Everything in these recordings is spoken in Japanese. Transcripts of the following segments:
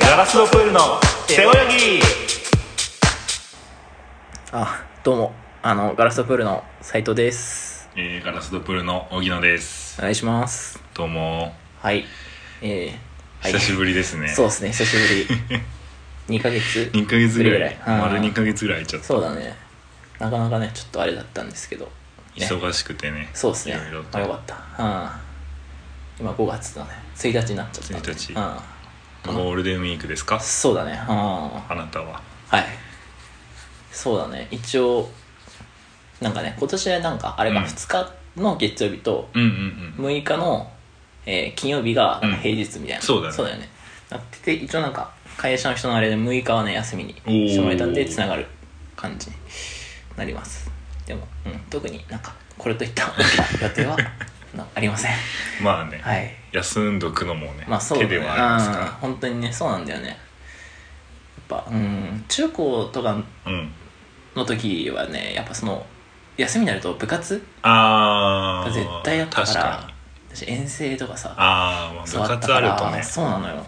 ガラスのプールの背泳ぎあどうもあのガラストプールの斉藤ですえー、ガラスのプールの荻野ですお願いしますどうもはいえー、はい久しぶりですね、そうですね久し ぶり2ヶ月2ヶ月ぐらいぶりうん丸2ヶ月ぐらい空いちゃそっうだねなかなかねちょっとあれだったんですけど、ね、た忙しくてねそうですねいろいろあよかとったうん今5月だね1日になっちゃったんで1日うん、ゴールデンウィークですかそうだねうんはあなたはいそうだね一応なんかね今年はなんかあれか、うん2日の月曜日とうんうんうん6日の、えー金曜日がうん平日みたいな、そうだねそうだよねなってて一応なんか会社の人のあれで6日はね休みにしてもらえたんでおーつながる感じになりますでも、うん、特になんかこれといった 大きな予定はなありませんまあね、はい休んどくのもね、まあそうだ手ねではありますうんか本当にねそうなんだよねやっぱうん中高とからうんの時はねやっぱその休みになると部活あがあ絶対だったか確らかに私遠征とかさあーまそうあ部活あるったとからねそうなのよ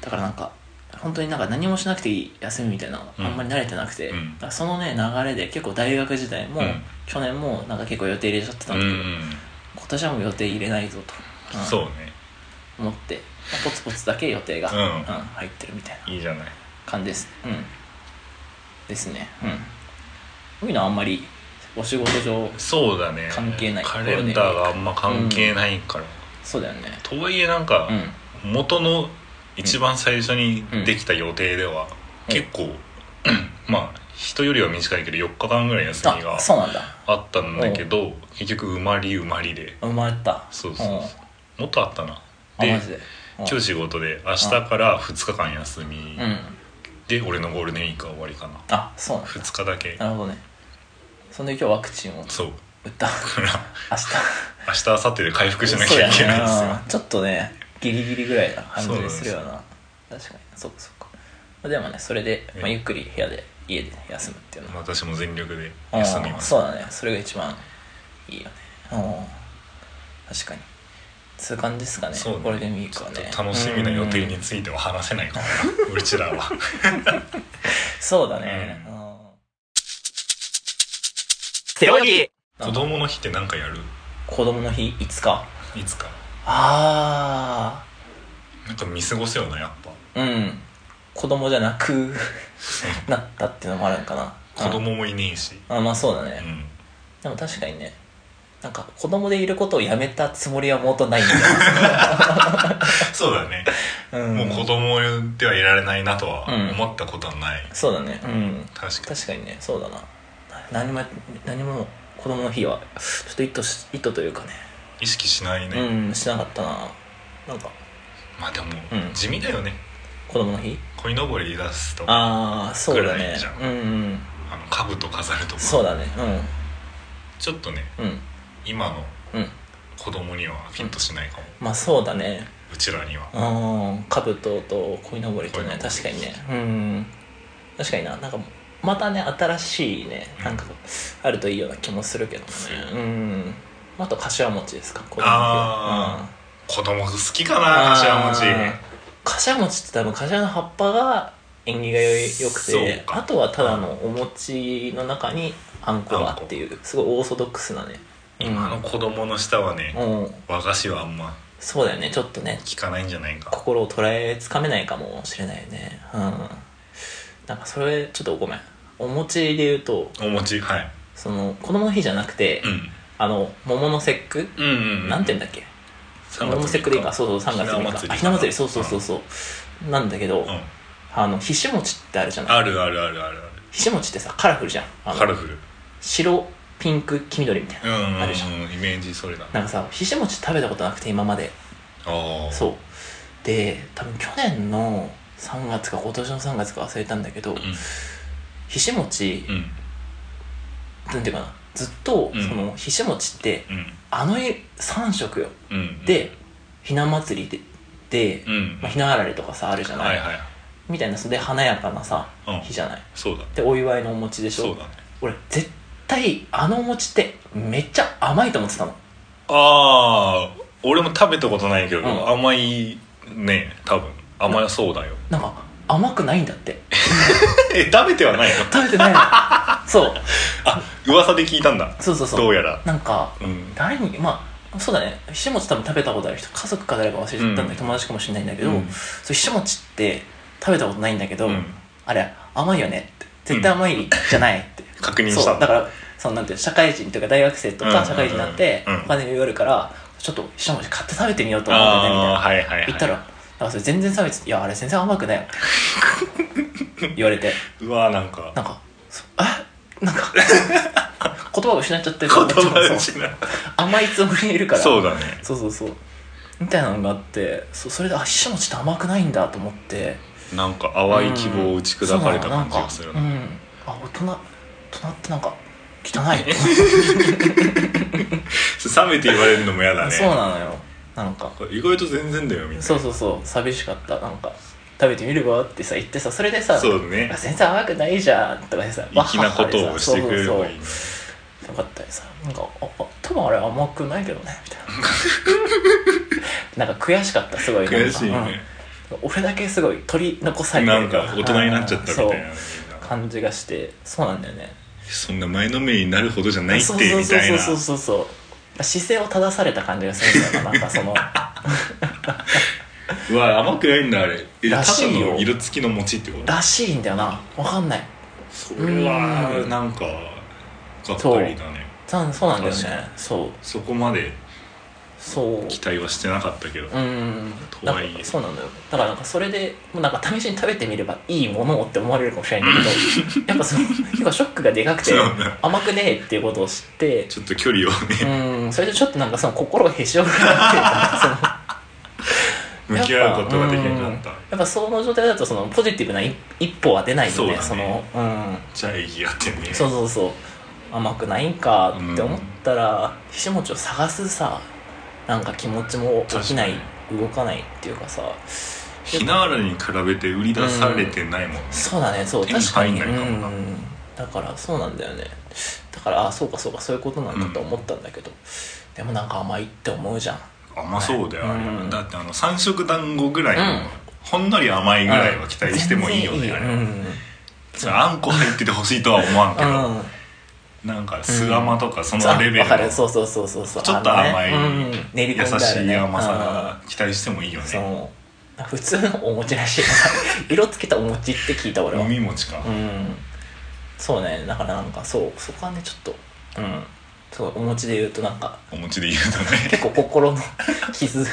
だからなんか本当になんか何もしなくていい休みみたいなのうんあんまり慣れてなくて、うんだからそのね流れで結構大学時代も、うん去年もなんか結構予定入れちゃってたんうだんけど、う今年はもう予定入れないぞと、んそうね思って、まあポツポツだけ予定が、うん入ってるみたいないいじゃない感じですうんですねうんこういうのはあんまりお仕事上そうだね関係ないカレンダーがあんま関係ないから、そうだよねとはいえなんかう、ん元の一番最初にできた予定では、うん結構、まあ人よりは短いけど4日間ぐらい休みあがそうなんだあったんだけど結局埋まり埋まりで生まれたそうそうそうんもっとあったなあでマジでうん今日仕事で明日から2日間休みうんで俺のゴールデンウィークは終わりかなあそうなんだ2日だけなるほどねそんで今日ワクチンをそう打っただから明日明日明後日で回復しなそうきゃやいけないんですよなちょっとねギリギリぐらいな感じでするよそうな確かにそうかそうかまあでもねそれで、まあ、ええゆっくり部屋で家で休むっていうのは私も全力で休みうんますそうだねそれが一番いいよねうん確かにそういう感じですかねそうねゴールデンウィーちクょはっねと楽しみな予定うんについては話せないか もなうちらはそうだねうん手泳ぎ子供の日って何かやる子供の日いつかいつかああなんか見過ごせよなやっぱうん子供じゃな くなったっていうのもあるのかな子供もいねえしあまあそうだうね、ん でも確かにねなんか子供でいることをやめたつもりはもとないんだよそうだね な、うん、もう子供ではいられないなとはうん思ったことはないそうだねうん確かに確かにねそうだなな何も何も子供の日はちょっと意図し意図というかね意識しないねうんしなかったななんかまあでもうん地味だよね子供の日鯉のぼり出すとかああそうだぐらねいじゃんうんうんあの兜飾るとかそうだねちょっとねうんうん今のうん子供にはフィットしないかもまあそうだねうちらにはうん兜と鯉のぼりと鯉のぼねり確かにねうん確かにななんかまたね新しいねなんかあるといいような気もするけどねうんあと柏餅ですか子供の日はあ子供好きかな柏餅あー柏餅って多分柏の葉っぱが縁起がよ良くそうてかあとはただのお餅の中にあんこがっていうすごいオーソドックスなね今の子供の下はねうんうん和菓子はあんまそうだよねちょっとね聞かないんじゃないか心を捉えつかめないかもしれないよねうんなんかそれちょっとごめんお餅で言うとお餅はいその子供の日じゃなくて、うんあの桃の節句、うんうんなんて言うんだっけ桃の節句でいいかそうそう3月ひな3祭日りあひな祭りそうそうそうそう、なんだけど、うんうんあのひし餅ってあるじゃないあるあるあるあるあひし餅ってさカラフルじゃんあるカのラフル白ピンク黄緑みたいうんな、うんあるじゃんうんイメージそれだなんかさひし餅食べたことなくて今までああうそうで多分去年の3月か今年の3月か忘れたんだけど、ひし餅、うんなんていうかなずっとうんそのひし餅ってうんあの3色ようんうんでひな祭りでで、うんまあ、ひなあられとかさあるじゃな、はいいはいみたいなそれで華やかなさ、うん日じゃないそうだでお祝いのお餅でしそうょだね俺絶対あのお餅ってめっちゃ甘いと思ってたのああ俺も食べたことないけうんど甘いね多分甘やそうだよなんか甘くないんだってえ食べてはない の食べてな いのそうあ噂で聞いたんだそうそうそうどうやらなんかうん誰にまあそうだねひしもち多分食べたことある人家族か誰か忘れちゃったんだけど、うん友達かもしれないんだけど、うんそうひしもちって食べたことないんだけど、うんあれ甘いよねって絶対甘いじゃないって、確認しそたうんだだからそのなんていうの社会人とか大学生とうんうんうかん社会人になってうんお金を言われるからちょっとひしもち買って食べてみようと思うんだよねみたいあなあはいはいはい言ったら「なんかそれ全然食べていやあれ全然甘くないよ」言われてうわなんかなんかそうえなんか言葉を失っちゃってる言葉そう失う甘いつもりでいるからそうだねそうそうそうみたいなのがあってそうそれであっしもちって甘くないんだと思ってなんか淡い希望を打ち砕かれた感じがするななうんあ大人大人ってなんか汚 い、冷めて言われるのも嫌だねそうなのよなんかこれ意外と全然だよみたいそうそうそう寂しかったなんか食べてみればってさ言ってさそれでさなそうねあ全然甘くないじゃんとかでさ粋なことわっはっはでをさしてくれればいいねよかったりさなんかああ多分あれ甘くないけどねみた いななんか悔しかったすごいなんか悔しいねうん俺だけすごい取り残されてなるんか大人になっちゃったみたいなあーねみんそうな感じがしてそうなんだよねそんな前のめりになるほどじゃないってそうみたいなそうそうそうそうそう姿勢を正された感じがするんだよななんか そのうわ甘くないんだあれえらたしだいよの色付きの餅ってことらしいんだよなわかんないそれはうんなんかがっかりだねそうそうなんだよ確かねそうそこまでそう期待はしてなかったけどうんとはいえなんかそうなんだよだからなんかそれでもうなんか試しに食べてみればいいものをって思われるかもしれないんだ けどやっぱその結構ショックがでかくてそうなんだよ甘くねえっていうことを知ってちょっと距離をうねんそれでちょっとなんかその心をへし折るなっていうかその向き合うことができなかったやっぱその状態だとそのポジティブな一一歩は出ないよねそうだねそのうんじゃあ意義あってねそうそうそう甘くないんかって思ったら、ひしもちを探すさなんか気持ちも起きない確動かないっていうかさひなあらに比べて売り出されてないもんねそうだねそう手に確か入にんないかもなうんだからそうなんだよねだからあそうかそうかそういうことなんだと思ったんだけど、でもなんか甘いって思うじゃん甘そうだよ、あれうんだってあの三色団子ぐらいの、うんほんのり甘いぐらいは期待してもいいよ全ねあれ然いいは、うんそれあんこ入っててほしいとは思わんけど、うんなんか酢甘とかそのレベわルのかるそうそうそうそうそうちょっと甘い、あのねうん練り込んだ優しよねい甘さうんが期待してもいいよそねの普通のお餅らしい色つけたお餅って聞いた俺はもみ餅か、うんそうねだからなんかそうそこはねちょっとうんすごいお餅で言うとなんかお餅で言うとね 結構心の傷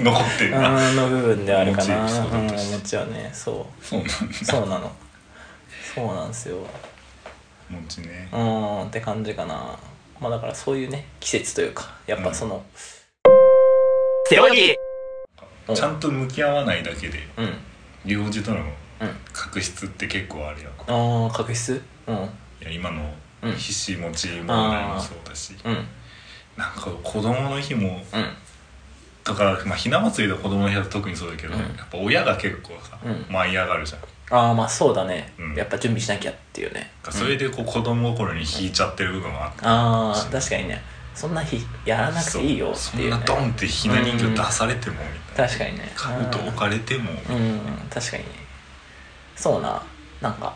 残ってるうな、んの部分ではあるかなお餅そううだんったおし餅はねそうそうなんだそうなのそうなんですよ餅ねうーんって感じかなまあだからそういうね季節というかやっぱその、セオリーうんちゃんと向き合わないだけでうん行事とのうん確執って結構あるよああ確執うんいや今のうんひし餅問題もそうだし、うんなんか子供の日もうんとか、まあ、ひな祭りと子供の日だと特にそうだけど、うんやっぱ親が結構さ、うん舞い上がるじゃんああまあそうだね、うんやっぱ準備しなきゃっていうねそれでこう子供心に引いちゃってる部分はあって、ああ確かにねそんな日やらなくていいよっそていうう、そねん、なドンってひな人形出されてもみたいな確かにねカウト置かれてもうん、うん、確かにねそうななんか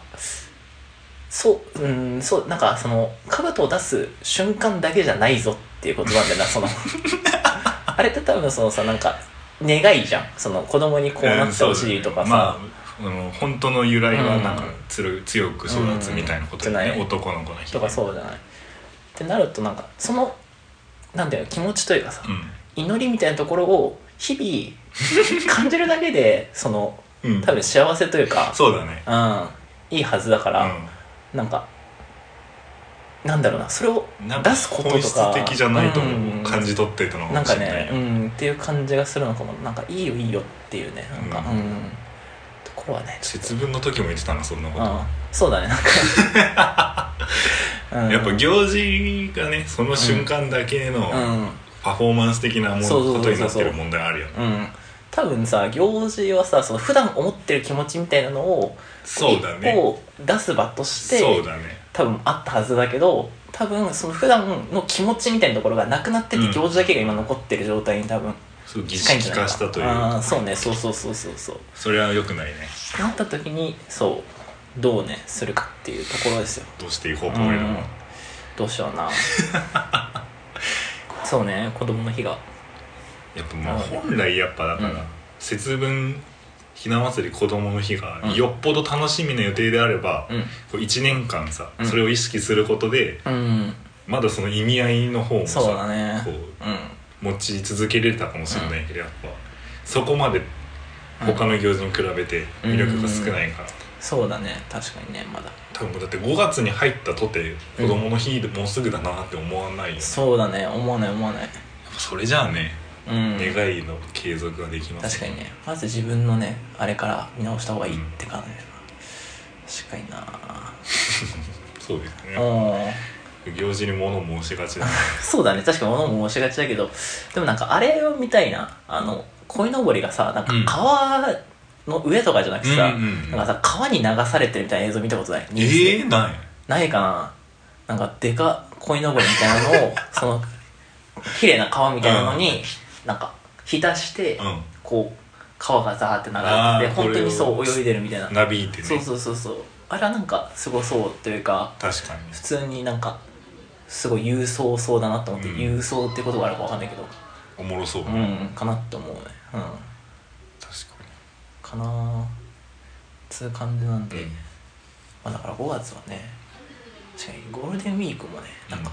そううんそうなんかその兜を出す瞬間だけじゃないぞっていうことなんだよ なそのあれって多分そのさなんか願いじゃんその子供にこうなってほしいとかうんそうださね、まああの本当の由来はなんかつる、強く育つみたいなことだよね、うん男の子の日とかそうじゃないってなるとなんかそのなんだよ気持ちというかさ、う祈りみたいなところを日々感じるだけでそのん、うん、多分幸せというかそうだねうんいいはずだから、なんかなんだろうなそれをうん、なん出すこととか本質的じゃないとうんうん思ううん感じ取ってたのかなんもしかれないねようんっていう感じがするのかもなんかいいよいいよっていうねなんかうう、んんところはねちょっと節分の時も言ってたなそんなこと、うんそうだねなん か、うんやっぱ行事がねその瞬間だけのうんパフォーマンス的なものそうそうそうそうことになってる問題あるよねうん多分さ行事はさその普段思ってる気持ちみたいなのをそうだ一ね歩出す場としてそうだね多分あったはずだけど多分その普段の気持ちみたいなところがなくなっててうん行事だけが今残ってる状態に多分そう儀近いんじ式ゃない化かしたというあかーそうねそうそうそうそうそうそれは良くないねなった時にそうどうねするかっていうところですよどうしていい方向俺らうんはどうしような そうね子供の日がやっぱまあうん本来やっぱだから、うん節分ひな祭り子供の日がうんよっぽど楽しみな予定であれば、うんこう1年間さ、うんそれを意識することでうんまだその意味合いの方もさそうだねこう持ち続けれたかもしれないけど、やっぱそこまで他の行事に比べて魅力が少ないから、そうだね確かにねまだ多分だって5月に入ったとて子供の日でもうすぐだなって思わないよ、やっそうだね思わない思わないぱそれじゃあね、うん願いの継続ができます確かにねまず自分のねあれから見直した方がいいって感じ、確かそうですにねなおー行事に物申しがちだねそうだね確か物も申しがちだけどでもなんかあれを見たいなあの鯉のぼりがさなんかうん川の上とかじゃなくてさ、うんうんうんなんかさ川に流されてるみたいな映像見たことないニュースで ええないないかななんかでか鯉のぼりみたいな のをその綺麗な川みたいなのに、なんか浸して、うんこう川がザーってあ流れーて本当にそこうれを泳いでるみたいな、なびいてねそうそうそうそうあれはなんかすごそうというか確かに普通になんかすごい郵送そうだなと思って、うん郵送ってことがあるかわかんないけどおもろそう、う確んかなって思うねうんかかなーつう感じなんで、に、うんまあ、だから5月はね確かにゴールデンウィークもねなんか、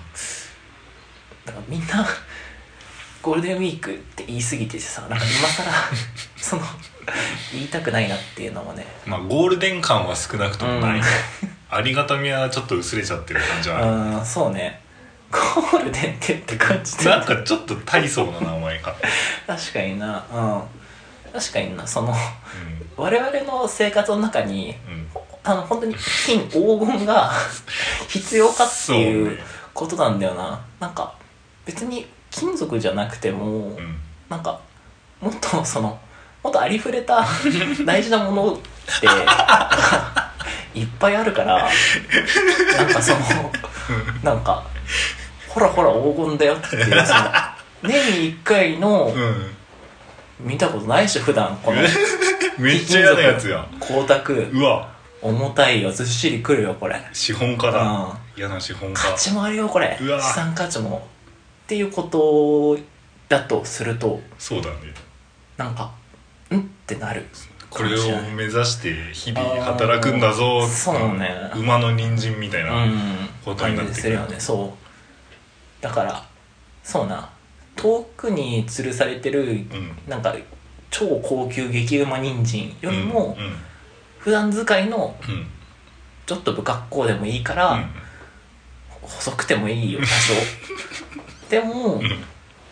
なんかみんな ゴールデンウィークって言い過ぎてさなんか今 更その言いたくないなっていうのもねまあゴールデン感は少なくともない、 うんありがたみはちょっと薄れちゃってる感じはある、うんそうねゴールデンってって感じでなんかちょっと大層な名前か、確かになうん確かになその我々の生活の中にうんうん、あの本当に金黄金が 必要かっていそううねことなんだよな、なんか別に金属じゃなくても、うん、なんかもっとそのもっとありふれた大事なものってなんかいっぱいあるからなんかそのなんかほらほら黄金だよっていうその年に1回の見たことないし普段 このうん、めっちゃ嫌なやつやん光沢うわ重たいよずっしりくるよこれ資本家うんだ嫌な資本家価値もあるよこれうわ資産価値もっていうことだとするとそうだねなんかんってなるこれを目指して日々働くんだぞあーそうね馬の人参みたいな、うん答えになってくる感じするよねそうだからそうな遠くに吊るされてるうんなんか超高級激うま人参よりもうん普段使いのうんうんちょっと不格好でもいいから、細くてもいいよ多少 でもうん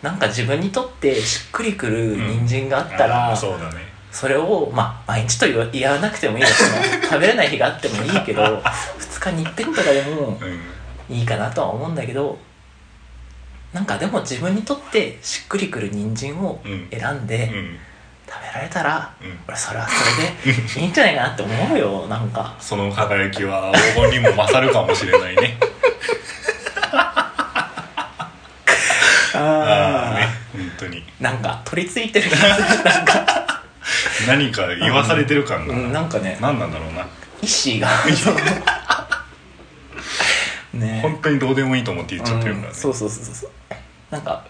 なんか自分にとってしっくりくる人参があったあら、ーそうだねそれをまあ毎日と言わ言わなくてもい いですね食べれない日があってもいいけど2日に一遍とかでも、ういいかなとは思うんだけどなんかでも自分にとってしっくりくる人参をうん選んでんうん食べられたら、うん俺それはそれでいいんじゃないかなって思うよなんかその輝きは黄金にも勝るかもしれない ねああね本当になんか取り付いてる気がするなんか、何か言わされてる感 うが、ん、なんかね何なんだろうな意志がね本当にどうでもいいと思って言っちゃってるからうんね、そうそうそうそうそうなんか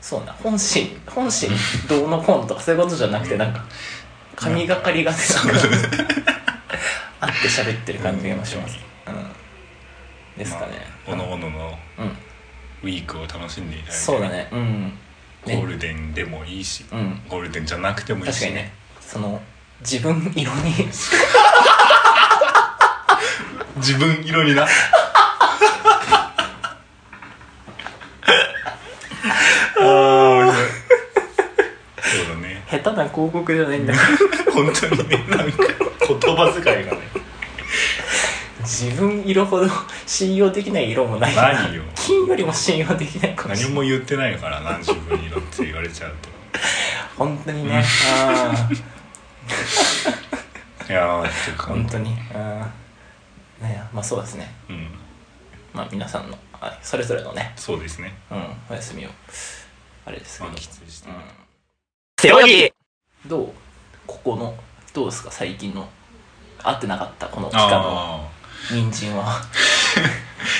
そうな本心本心どうのこうのとかそういうことじゃなくてなんか神がかりがねなんかあって喋ってる感じがします、うん、ですかね、まあ、おのおののうんウィークを楽しんでいただいてそうだねうんゴーねルデンでもいいし、うんゴールデンじゃなくてもいい確しかにねその自分色に 自分色 になああ面白いそうだね下手な広告じゃないんだから本当にねなんか言葉遣いがね自分色ほど 信用できない色もないないよ金よりも信用できないかもしれない何も言ってないからな自分色って言われちゃう本当にねあ あといやーって感本当じにあーねまあそうですねうんまあ皆さんのはいそれぞれのね、そうですねうん、お休みをあれですけ満ど、喫して、うんセオリーどうここのどうですか最近の合ってなかったこの期間あのあ人参は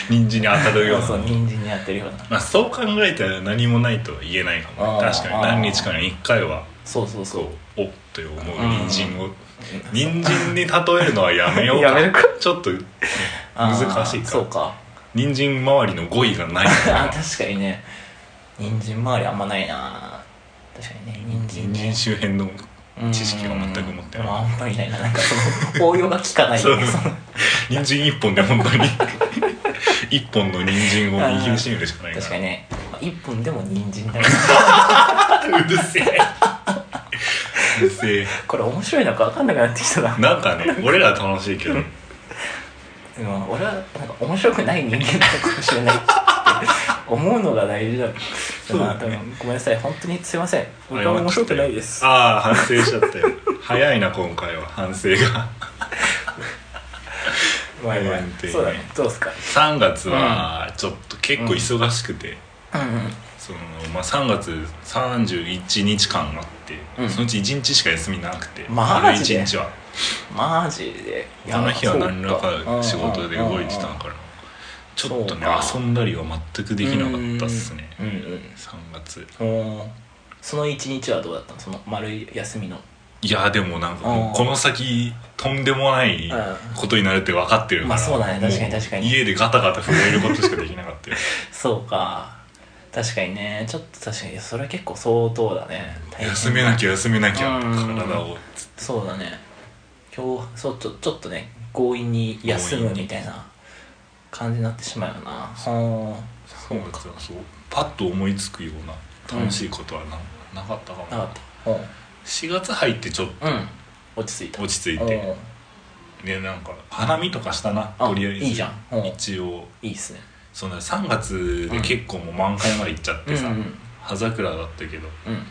人参に当たるような そう人参にやってるようなまあ、そう考えたら何もないとは言えないかもねあー確かに何日かに1回はそうそうそうそうおっと思う人参を人参に例えるのはやめようかやめるかちょっとあー難しいかそうか人参周りの語彙がないあ確かにね人参周りあんまないな確かにね人人参ね参周辺の知識が全く持ってうんないあんまりないななんかその応用が効かないそうよねその人参一本で本当に一本の人参を握りしめるしかないから確かにね、まあ、1分でも人参だようるせえうるせえこれ面白いのか分かんなくなってきたな、なんかね俺らは楽しいけどうん、俺はなんか面白くない人間なのかもしれないって思うのが大事だそうだねまあ多分ごめんなさい本当にすいません僕は面白くないですああ反省しちゃったよ早いな今回は反省がごめんごめん謝ってねそうだねどうですか3月はちょっと結構忙しくて、うんうんそのまあ、3月31日間あって、うんそのうち1日しか休みなくてマジで丸1日はマジでいやその日はそう何らか仕事で動いてたうんうんうんうんからちょっとねそ遊んだりは全くできなかったっすねうん3月うんおーその一日はどうだったのその丸い休みのいやでもなんかもうんうこの先とんでもないうんことになるって分かってるから、まあそうだね確かもにう確かに家でガタガタ震えることしかできなかったよそうか確かにねちょっと確かにそれは結構相当だね 大変休めなきゃ休めなきゃうん体をそうだね今日そうちょちょっとね強引に休むみたいな感じになってしまうよなはそうそうパッと思いつくような楽しいことはな,、なかったかもあなかった4月入ってちょっうんうん落ち着いたと落ち着いうんてでなんか花見とかしたなあとりあえずいいじゃんうん一応いいっすねその3月で結構もう満開まで行っちゃってさ、うん葉桜だったけどうん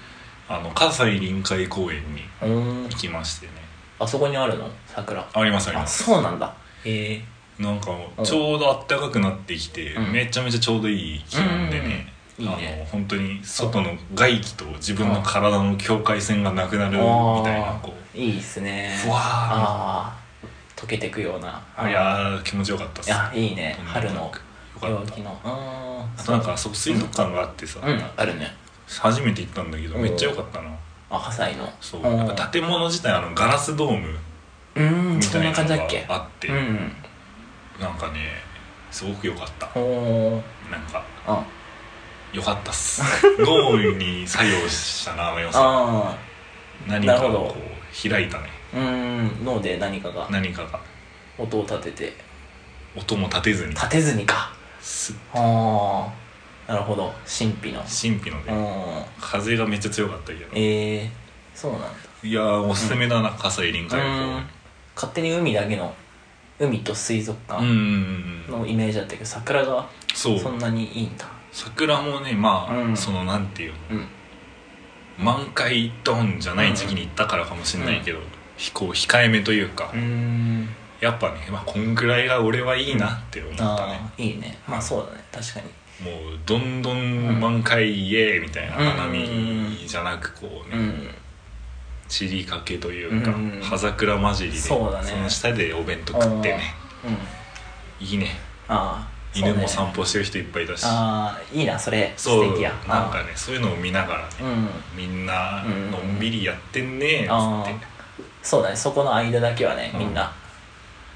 あの葛西臨海公園にうんうん行きましてねあそこにあるの桜ありますありあますそうなんだへえなんかもうちょうど暖かくなってきて、うんめちゃめちゃちょうどいい気温でね、うんうんうんいいねあの本当に外の外気と自分の体の境界線がなくなるみたいなあーこういいっすねふわああ溶けてくようなーいやー気持ちよかったっいやいいねとんでもなく春のよか陽っ気たのああとなんかそこ水族館があってさ、うんあるね初めて行ったんだけどめっちゃ良かったな、あハサイのそううんなんか建物自体あのガラスドームうーんみそたんいなな感のじがだっけあって、うんなんかねすごく良かったほーなんかあ良かったっす 脳に作用したなあの良さあ何なかるほどをこう開いたねーうーん脳で何かが何かが音を立てて音も立てずに立てずにかすああなるほど神秘の神秘のうでん風がめっちゃ強かったけどえー、そうなんだいやーおすすめだな葛西臨海うん勝手に海だけの海と水族公園うん館うんうんのイメージだったけど桜がそうそんなにいいんだ桜もねまあ、うんそのなんていうのうん満開ドンじゃない時期に行ったからかもしれないけど、飛行控えめというか、うーんやっぱね、まあ、こんぐらいが俺はいいなって思ったねああいいねまあそうだね確かにもうどんどん満開イエーイみたいなうん花見じゃなくこうね、うん散りかけというか、うん葉桜混じりでそうだねの下でお弁当食ってねうんいいねああ犬も散歩歩してる人いっぱいいたしああいいなそれそう,、素敵やなんかねそういうのを見ながらねああうんみんなのんびりやってんねうんーっつっそうだねそこの間だけはねうんみんな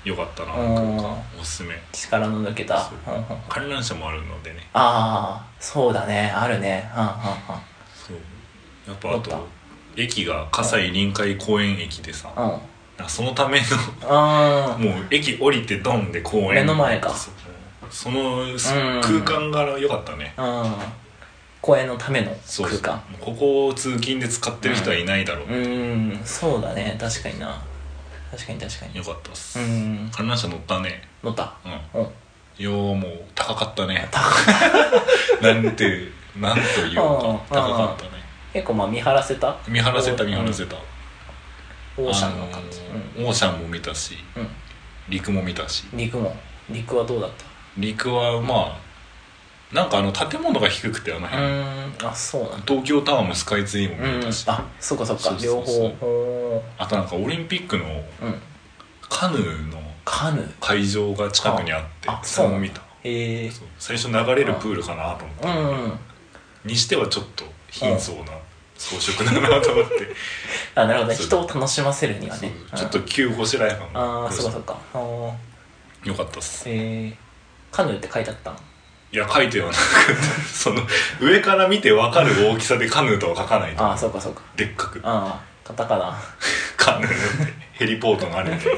てよかったなうんおすすめ力の抜けたそううんうんあ観覧車もあるのでねあそうだねあるねうんうそうやっぱあ乗と駅が葛西臨海公園駅でさんうんうんなんかそのた めのあもう駅降りてドンで公園目の前かそうそのすうん空間が良かったねあうん公園のためのそう空間もうここを通勤で使ってる人はいないだろう、うーんそうだね確かにな確かに確かによかったっす、うん観覧車乗ったね乗ったうんうんようもう高かったねなんて なんといううんか高かったね 結構まあ見晴らせた見晴らせたうん見晴らせたオーシャンの感じ、あのーオーシャンも見たしうん、うん陸も見たし陸も陸はどうだった陸はまあなんかあの建物が低くてあのう辺、ーんあそうなんだ東京タワーもスカイツリーもう見えんたし、あそうかそうそかうそ両うそう方ほあとなんかオリンピックのーうんカヌーのカヌー会場が近くにあってあそそうれなもん見だたへえそう最初流れるプールかなと思って、うんうんにしてはちょっと貧相な装飾だなと思って、あなるほどねそう人を楽しませるにはそうねちょっと急ごしらえ感あがあそうかそうかあーよかったっすえー、カヌーって書いてあったのいや書いてはなくて その上から見て分かる大きさでカヌーとは書かないとああそうかそうかでっかくああカタカナカヌーってヘリポートがあるんで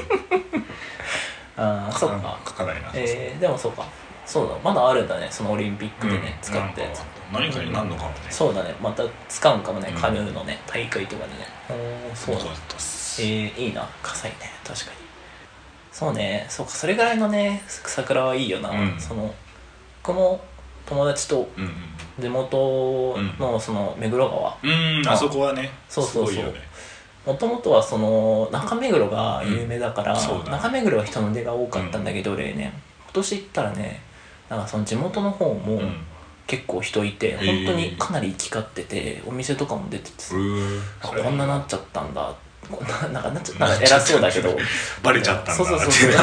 ああ そうか書かないなえー、でもそうかそうだまだあるんだねそのオリンピックうんでね、使ったやつなんか何かになんのかもねそうだねまた使うんかもね、うんカヌーのね大会とかでねおーそうよだかったっすえー、いいな葛西ね確かにそうねそうかそれぐらいのね桜はいいよな、うんその僕も友達とうん地元のその目黒川うんうんあそこはねそうそうそうすごいよねもともとはその中目黒が有名だから、うんそうだね中目黒は人の出が多かったんだけど、例年今年行ったらねなんかその地元の方もうん結構人いて、ー本当にかなり行き交っててお店とかも出ててさ、うーこんななっちゃったんだこんななんかなっちゃなんか偉そうだけどバレちゃったんだそうそうそう っていうそう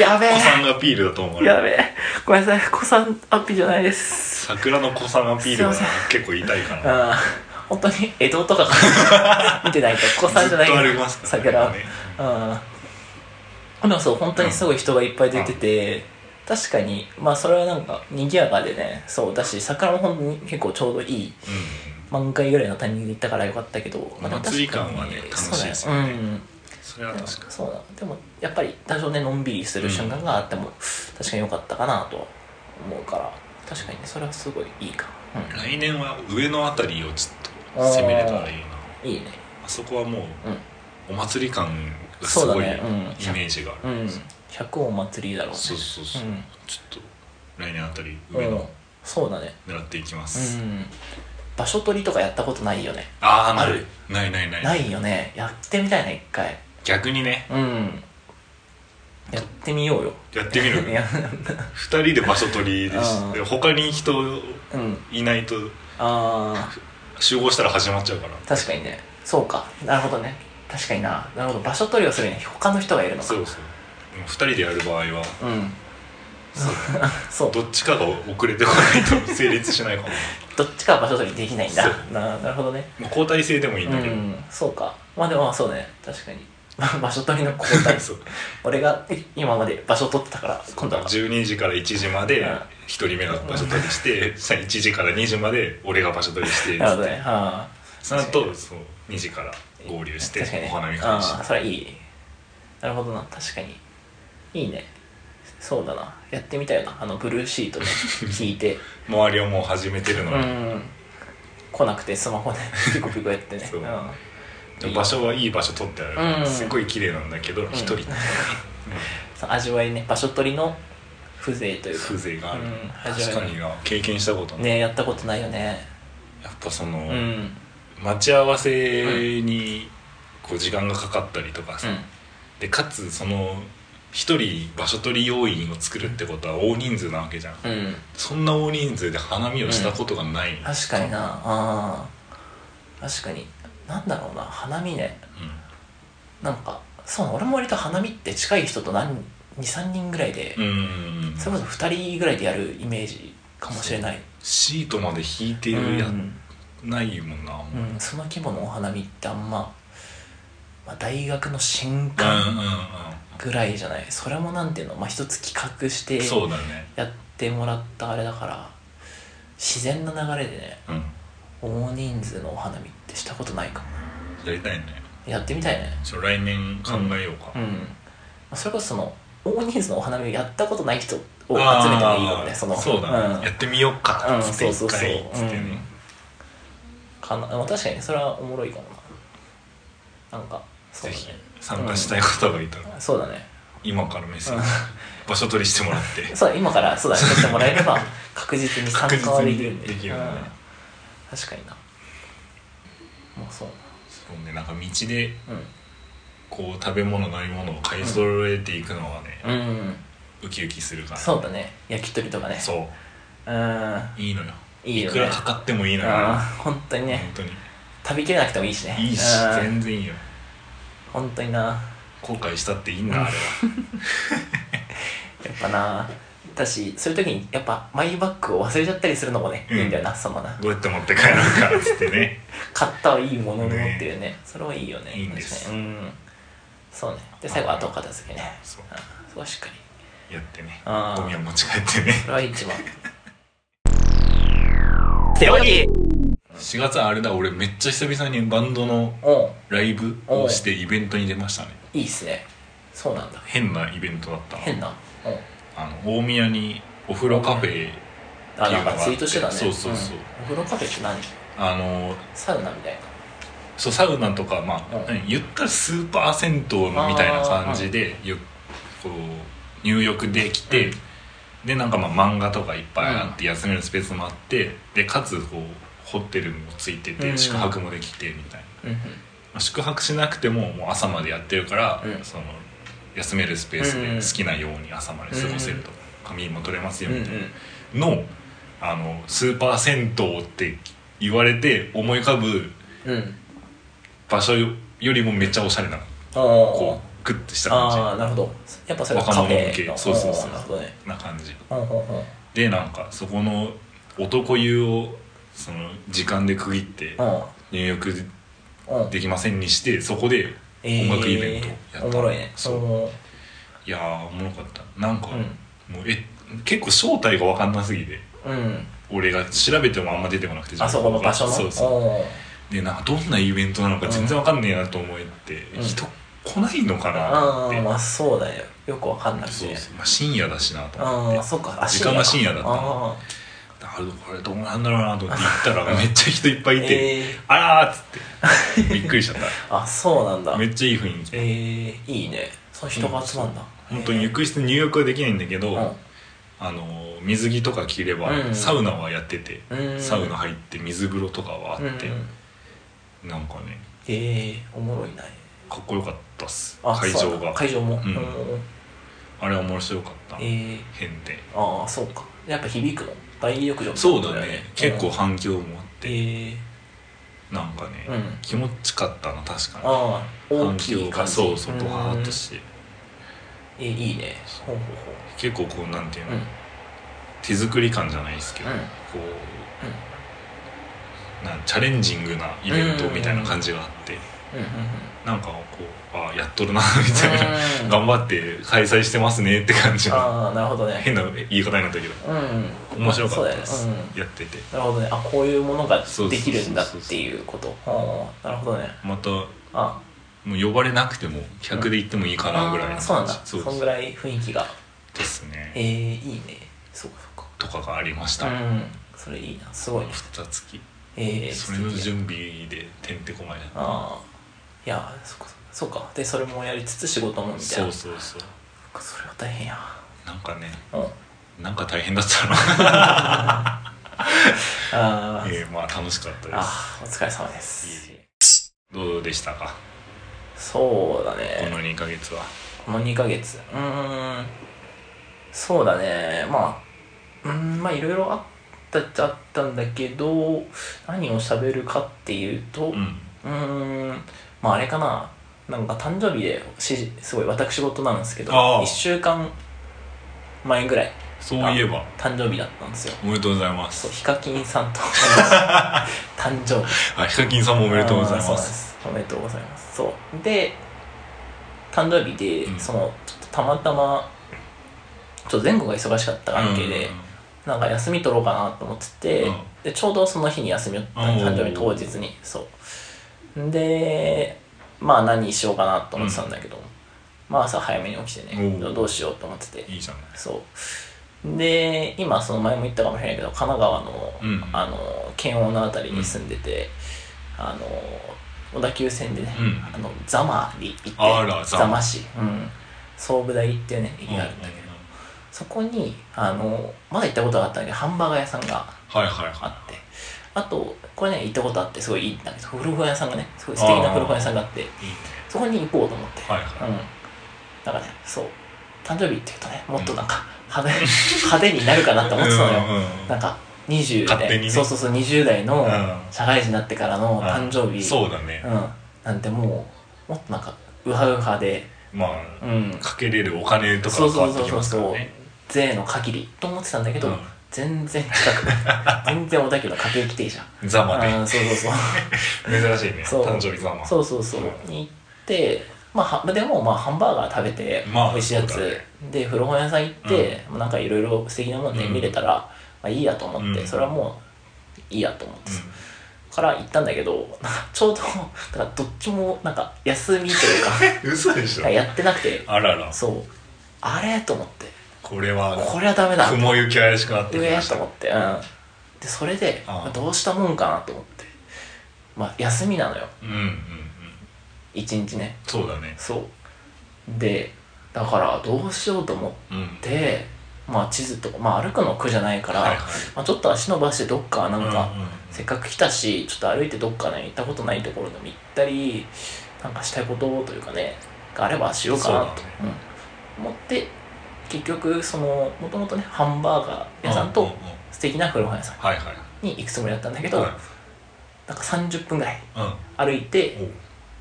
やべ子さえんアピールだと思われるやべえごめんなさい子さんアッピじゃないです桜の子さんアピールがすいま結構痛いかうなん本当に江戸と かから見てないと子さんじゃないずっと歩きますからね桜ねうんでもそう本当にすごい人がいっぱい出てて、確かにまあそれはなんか賑やかでねそうだし桜も本当に結構ちょうどいい満開ぐらいのタイミングで行ったからよかったけど、まあ、でも確かに祭り感はね楽しいですよそうだねねうんそれは確かそうだでもやっぱり多少ねのんびりする瞬間があっても、確かに良かったかなと思うから確かにねそれはすごいいいか、に来年は上のあたりをちょっと攻めれたらいいなうん、いいねあそこはもうんうお祭り感がすそごういイメだねうんージがあうるん100お祭りだろうねそうそうそううんちょっと来年あたり上うんの、そうだね狙っていきまうすん場所取りとかやったことないよねああなあるるないないないないよねやってみたいな一回逆にねうんやってみようよやってみる いや二人で場所取りでしうんで他に人うんいないとあ集合したら始まっちゃうからー確かにねそうかなるほどね確かにななるほど場所取りをするには他の人がいるのかそうそうでも二人でやる場合はうん そうどどっちかが遅れてこない と成立しないかもどっちかは場所取りできないんだそうななるほどねまあ交代制でもいいんうだけど、んそうかまあでもまあそうだね確かに 場所取りの交代そう俺が今まで場所取ってたから今度は12時から1時までうん1人目が場所取りして、さ1時から2時まで俺が場所取りしてなるほどねはその後そう2時からあ合流して確かにねお花見あ会しあそれはいいなるほどな確かにいいねそうだなやってみたいなあのブルーシートで聞い て周りをもう始めてるうので、ん来なくてスマホでピコピコやってねそううんでも場所はいい場所取ってあるから、うんすごい綺麗なんだけど1人その味わいね場所取りの風情というか風情がある、うん確かにな経験したことない、ねやったことないよねやっぱその、うん待ち合わせにこう時間がかかったりとかさ、でかつその一人場所取り要員を作るってことは大人数なわけじゃん、うん、うん、そんな大人数で花見をしたことがない、うん確かになああ確かになんだろうな花見ねなんかそう俺も割と花見って近い人と何23人ぐらいで、うん、それこそ2人ぐらいでやるイメージかもしれないシートまで引いてうるや、んないもんな、うんうんその規模のお花見ってあんま、まあ、大学の新うん刊ぐらいじゃない、それもなんていうの、まあ、一つ企画してうん、そうだね、やってもらったあれだから自然な流れでねうん、大人数のお花見ってしたことないかもやりたいねやってみたいねちょ来年考えようか、うんまあそれこそその大人数のお花見をやったことない人を集めてもいいよあねーそのうだね、んやってみようかうんつってそ一うそうそう回つってね、かなまあ確かにそれはおもろいかもななんかそうぜだひね参加したい方がいたら、そうだね今からメッセうーんジ場所取りしてもら ってそうだ今からそうだね撮ってもらえ れば確実に参加はできるんで確実にできるねうん確かになもうそうそうねなんか道でだこう食べ物飲み物を買い揃えていくのはね、うん、うん、ウキウキするからそうだね焼き鳥とかねそううんいいのよいいよねくらかかってもいいのよあ本ー本当にね当に食べきれなくてもいいしねいいしうん全然いいよ本当になや後悔したっていいんだあれはっぱな私そういう時にやっぱマイバッグを忘れちゃったりするのもね、うんいいんだよなそのなどうやって持って帰るのかっつって ね買ったはいいもののっていうねそれはいいよねいいんです確かにうんそうねで最後後片付けねそううんそこはしっかりやってねあーゴミは持ち帰ってねそれは 一番セオリー4月あれだ俺めっちゃ久々にバンドのおうライブをしてイベントに出ましたねいいっすねそうなんだ変なイベントだったの変なおうあの大宮にお風呂カフェあっていなうんのがかあってツイートしてたねそうそうそうんお風呂カフェって何あのサウナみたいなそうサウナとかまあ、うん言ったらスーパー銭湯のみたいな感じでゆこう入浴できて、でなんかまあ漫画とかいっぱいあって休めるスペースもあってでかつこうホテルもついてて、うん宿泊もできてみたいなうんうんまあ宿泊しなくてももう朝までやってるから、うんその休めるスペースうでん好きなように朝まで過ごせると、髪も取れますよみたいな、うんうんのあのスーパー銭湯って言われて思い浮かぶうん。場所よりもめっちゃおしゃれなのあこうグッとしたあ感ー、なるほど。やっぱそれは若カフ者向けェの。そうそうそうおーなるほどね。じな感じほんほんほん。でなんかそこの男湯をその時間で区切って入浴うん。うん。できませんにしてそこで音楽イベントやった、えーおもろいね。そうう。いやーおもろかったなんか、うんもうえ結構正体が分かんなすぎてうん。俺が調べてもあんま出てこなくてあそこの場所の。そうそうおーでなんかどんなイベントなのか全然わかんねえなと思って、うん人来ないのかなあっあ、て、まあそうだよ。よくわかんなくそうて。そう、まあ、深夜だしなと思ってああ、そっか。あ時間が深夜だったああ。あれこれどうなんだろうなと思って行ったらめっちゃ人いっぱいいて、えーあらーっつってびっくりしちゃっあ、そうなんた だ。めっちゃいい雰囲気、えー、いいね。そう人が集まんだ。本当にえー浴室入浴はできないんだけど、うんあのー水着とか着れば、うんサウナはやってて、うんサウナ入って水風呂とかはあって、うんうんなんかねええ、おもろいな。かっこよかったっすあ会そうな場んだが会場も。うんうんあれは面白かった、ええ。変でああそうかやっぱ響くの大浴場そうだね結構っ反響もあって、えなんかね、うん気持ちかったな確かにああ大反き響い感がじそうそうドワーッとうんしてえいいねそうほうほ結構こうなんていううの、ほううん手作り感じゃないですけど、うんこうなんチャレンジングなイベントみたいな感じがあって、うんうんなんかこうああやっとるな みたいな、うん頑張って開催してますねって感じのああなるほどね変な言い方になったけどうん面白かったまであそす、うだよねやっててうんなるほどねあこういうものがそうそうそうそうできるんだっていうことああなるほどねまたもあう呼ばれなくても客で行ってもいいかなぐらいのあーそうなんだそそうそんうぐらい雰囲気がですねええいいねそうかそとかがありましうかた、うんそれいいなすごいね二月ええそれの準備でてんてこまいなああいやそっかそうかでそれもやりつつ仕事もみたいそなうそうそうそそれは大変やなんかねうんあなんか大変だったな あええまあ楽しかったですああお疲れ様ですいえどうでしたかそうだこねの2ヶ月はこの2ヶ月うーんそうだねまあうーんまあいろいろあったっちゃあったんだけど何を喋るかっていうとううんーんまああれかななんか誕生日でしすごい私事なんですけどああ1週間前ぐらいそういえば誕生日だったんですよおめでとうございまそうすヒカキンさん と誕生日あヒカキンさんもおおめでとうございそうまなんですすおめでとうございますそうで誕生日で、うんそのちょっとたまたまちょっと前後が忙しかった関係で、なんか休み取ろうかなと思ってて、うんでちょうどその日に休みをおー誕生日当日にそうでまあ何しようかなと思ってたんだけど、まあ朝早めに起きてねおーどうしようと思っててうんいいじゃないそうで今その前も言ったかもしれないけど神奈川の,、うんあの県央の辺りに住んでて、あの小田急線でね、うんあのザマに行ってあらザマザマ市、うん、総武台っていうね駅があるんだけうんうんど、うんそこにあのまだ行ったことがあったんだけどハンバーガー屋さんがはいはいはいあってあとこれね行ったことあってすごいいいんだけど古本屋さんがねすごい素敵な古本屋さんがあっていいねそこに行こうと思って、はいはいうんだからねそう誕生日って言うとねもっとなんか派手派手になるかなって思ってたのよ、うんうんなんか20勝手代、にねそうそうそう20代のうん社会人になってからの誕生うん日そうだねう、ん、なんてもうもっとなんかウハウハで、まうあん、かけれるお金とかそうが変わっそうてそうきそうますかそらうね税の限りと思ってたんだけど、うん全然近く ない全然小田急の家計規定じゃんざまあでーそうそ うそう珍しいねそう誕生日ざまそうそうそう、に行って、まあは、でもまあハンバーガー食べて、まあ美味しいやつ、そうだねで古本屋さん行って、まあなんかいろいろ素敵なものでうん見れたら、まあいいやと思って、うんそれはもういいやと思って、うんから行ったんだけど なんかちょうどなんかどっちもなんか休みという か嘘でしなんょかやってなくてあららそうあれと思ってこれはこれはダメだ雲行き怪しくなってき上まやしとた思ってうんでそれでああどうしたもんかなと思ってまあ休みなのようんうんうん一日ねそうだねそうでだからどうしようと思っうんてまあ地図とか、まあ、歩くの苦じゃないから、はいはいまあ、ちょっと足伸ばしてどっかなんか、うんうんうんせっかく来たしちょっと歩いてどっかね行ったことないところでも行ったりなんかしたいことというかねがあればしようかなとそうだねうん思って結局そのもともとねハンバーガー屋さんううとう素敵な古本屋さんはいはいに行くつもりだったんだけど、はいなんか30分ぐらいうん歩いて、おう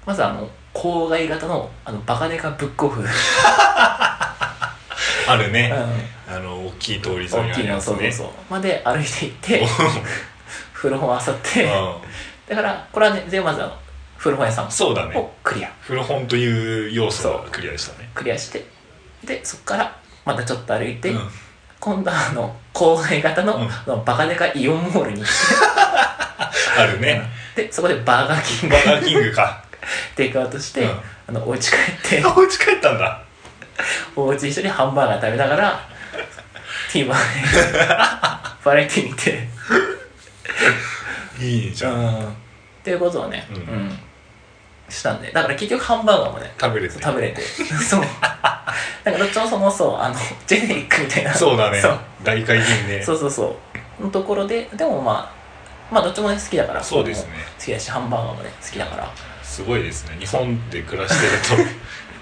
まずあの郊外型のあのバカデカブックオフ、うん、あるね大あの大きい通り沿いにあきいるのやつそうそうねそうまで歩いていって古本を漁ってうだからこれはね全部まずあの古本屋さんんそうだねをクリア古本という要素がクリアでしたねクリアしてでそこからまたちょっと歩いて、うん今度はあの郊外型の,、うんのバカデカイオンモールに行っあるねてでそこでバーガーキングバーガーキングかテイクアウトして、うんあのお家帰ってお家帰ったんだお家一緒にハンバーガー食べな がら TVer で バラエティ見ていいじゃんうんっていうことをね、うんうんしたんでだから結局ハンバーガーもね食べれて食べれて そうなんかどっちもそもそうあ のジェネリックみたいなそうだねそう大回転ねそうそうそうのところででもまあまあどっちもね好きだからそうですね好きだしハンバーガーもね好きだからすごいですね日本で暮らしてると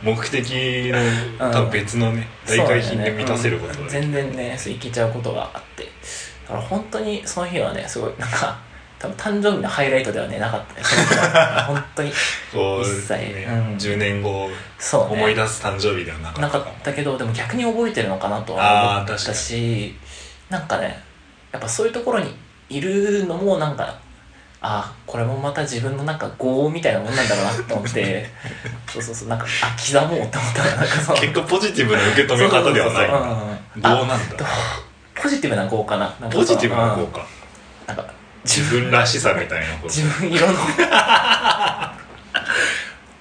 目的の多分別のね大回 そ転うだでよね満たせることうんが全然ねそういけちゃうことがあってだから本当にその日はねすごいなんか多分誕生日のハイライトではねなかったねその日は本当にこ一う切ねうん10年後そうね思い出す誕生日ではなかなっかたっかもたけどでも逆に覚えてるのかなとはあー思った確かにしなんかねやっぱそういうところにいるのもなんかあーこれもまた自分のなんか業みたいなもんなんだろうなと思って そうそうそうなんかあ刻もうと思ったらなんかその結果ポジティブな受け止め方ではないそうそうそううんどうなんあだポジティブな業かななんかそのポジティブな効うん果なんか自分らしさみたいなこと自分色の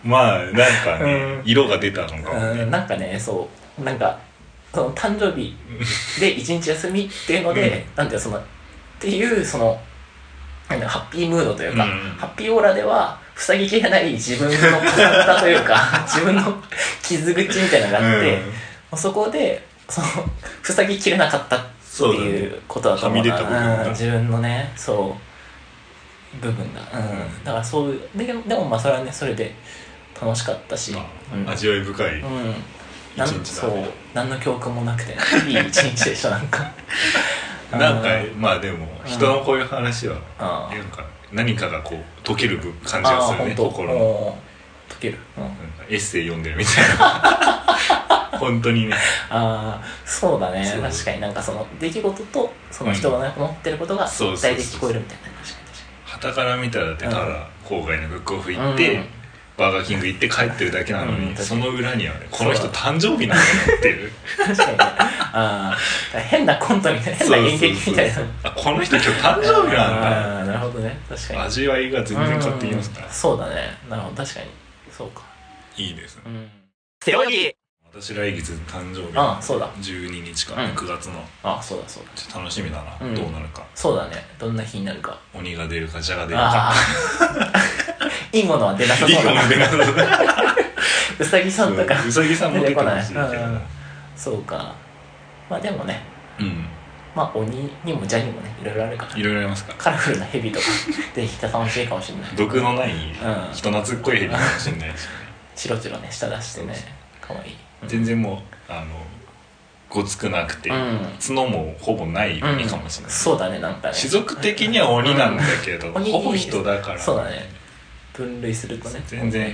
まあなんかねうん色が出たのかもうん、ねなんかねそうなんかその誕生日で一日休みっていうので、なんていうのそのっていうそのなんだろうハッピームードというか、うんハッピーオーラでは塞ぎきれない自分の重なったとい うか自分の傷口みたいなのがあって、うんそこでその塞ぎきれなかったってそうだねいうことだと思うなはみ出た部分だうん自分のねそう部分が、うん、だからそういうででもまあそれはねそれで楽しかったし、うんまあ味わい深いうんなん一日そだねう何の教訓もなくていい一日でしょなん かなんかうんまあでも人のこういう話はあなんか何かがこう解ける分感じあがする本ね当心のもう解ける、うん、あなんかエッセイ読んでるみた いな本当にねあそうだねそう確かになんかその出来事とその人がね思ってることがそうそう大そう体聞こえるみたいな確かに確か傍から見たらだってただ郊外のブックオフ行っうてんバーガーキング行って帰ってるだけなのうんにその裏にはねこそうのだ人誕生日なんだよっていうに確かにねああ変なコントみたいな変な演劇みたいなそうそうそうあこの人今日誕生日なんああなるほどね確かにだ味わいが全然変わってきますからうんそうだねなるほど確かにそうかいいですねうんセオリー私来月誕生日ああそうだ12日かうん9月のあそうだそうだちょっと楽しみだなうんどうなるかそうだねどんな日になるか鬼が出るか蛇が出るあか あいいものは出なさいいそうかだなも出なさそううさぎさんとかうさぎさんも出てほしいけど出てこないそうかまあでもねうんまあ鬼にも蛇にもねいろいろあるからいろいろありますからカラフルな蛇と かできたら楽しいかもしれない毒のないうん人懐っこいヘビかもしれないしねチロチロね舌出してねそうそかわいい、うん全然もうあのごつくなくて、うん角もほぼないうん鬼かもしれない、そうだねなんかね種族的には鬼なんだけど、鬼ほぼ人だから、そうだね分類するとね全然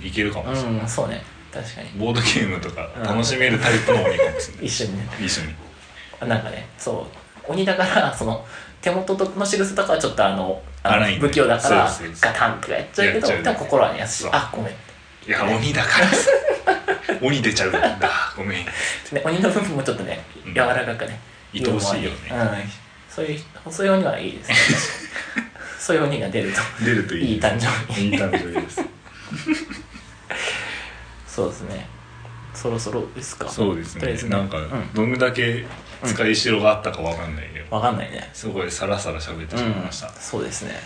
いいけるかもしれない、うんそうね確かにボードゲームとか楽しめるタイプの鬼かもしれない一緒にね一緒になんかねそう鬼だから その手元の仕草とかはちょっとあのあ荒いのね不器用だからそうそうそうガタンとかやっちゃうけやどっちゃうねでも心はね優しいそうあごめん、ね、いや鬼だからさ鬼出ちゃうんだごめん鬼の部分もちょっとねうん柔らかくね、愛おしいよねうん、そういうそういう鬼はいいですね そういう鬼が出ると出るといい誕生日いい誕生日ですそうですねそろそろですかそうですとりあねえずなんかうんどんだけ使いしろがあったかわかんないけど、わかんないねすごいサラサラ喋ってしまいました、そうですね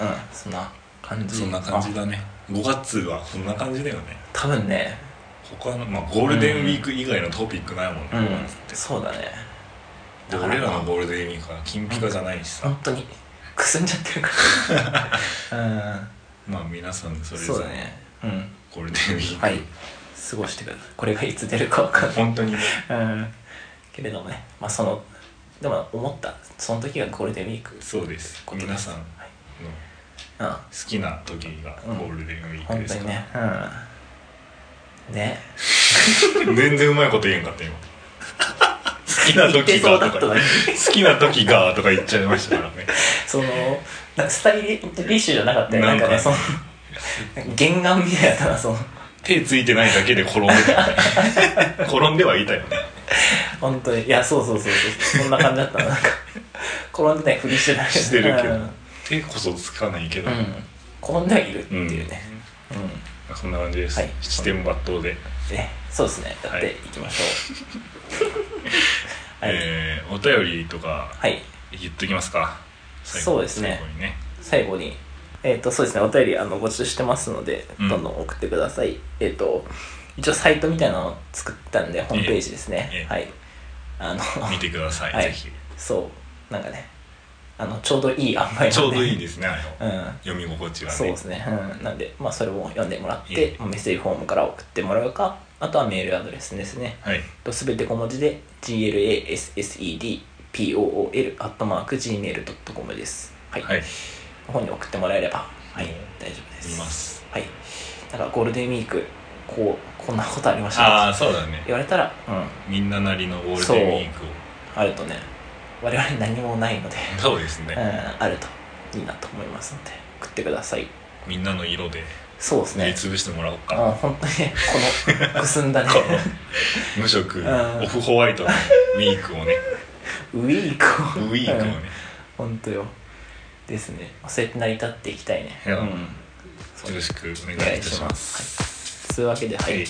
うんそんな感じそんな感じあだね5月はそんな感じだよね多分ね他のまあゴールデンウィーク以外のトピックないもんね、うん5月ってそうだねで俺らのゴールデンウィークは金ピカじゃないしさ、本当にくすんじゃってるから まあ皆さんそうんれぞそうれだねうんゴールデンウィーク、はい過ごしてくださいこれがいつ出るかわかんない本当にねうんけれどもねまあそのでも思ったその時がゴールデンウィークそうですことです皆さんのはい好うんきな時がゴールデンウィーク本で当すにから、ねうんね全然うまいこと言えんかった今好きな言って時そうがだっとたかのに好きな時がとか言っちゃいましたからねそのなんかスタイリッシュじゃなかったよななんんかかねその原眼みたいだったなその手ついてないだけで転んでた、ね、転んではいたよね本当にいやそうそうそうそうそんな感 じだったななんか転んでないふりしてたしてるけどうん手こそつかないけど、うん、転んではいるっていうね、うんそんな感じです、はい七点抜刀で、ねそうですねやっていきましょ うはい、えーお便りとかはい、言っときますか最後そうです最ね後にね最後にえっ、とそうですねお便りあの募集してますのでうんどんどん送ってください、えっ、と一応サイトみたいなのを作ったんでホームページですね、ええはいあの見てください、はいぜひそうなんかねあのちょうどいい塩梅なんでちょうどいいですねあのうん読み心地がねそうですね、うん、なんで、まあ、それを読んでもらっえて、まあメッセージフォームから送ってもらうかあとはメールアドレスですねはいすべて小文字で glassespol.gmail.com ですはい、はい本に送ってもらえればはいもう大丈夫です見ますはいなんかゴールデンウィークこうこんなことありましたねああそうだね言われたらうんみんななりのゴールデンウィークをあるとね我々に何もないので、そうですね、うん、あるといいなと思いますので送ってくださいみんなの色でそうです塗りねつぶしてもらおうか、もう本当にねこのくすんだねこの無色んオフホワイトのウィークを ねウィークウをィークをね本当よですねそうやって成り立っていきたいねいやうんよろしくお願お願いいいたししまますすというわけではい、はい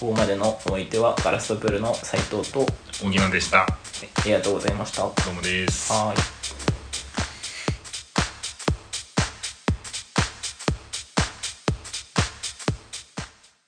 ここまでのお相手はガラストプールの斉藤と荻野でしたありがとうございましたはどうもですーい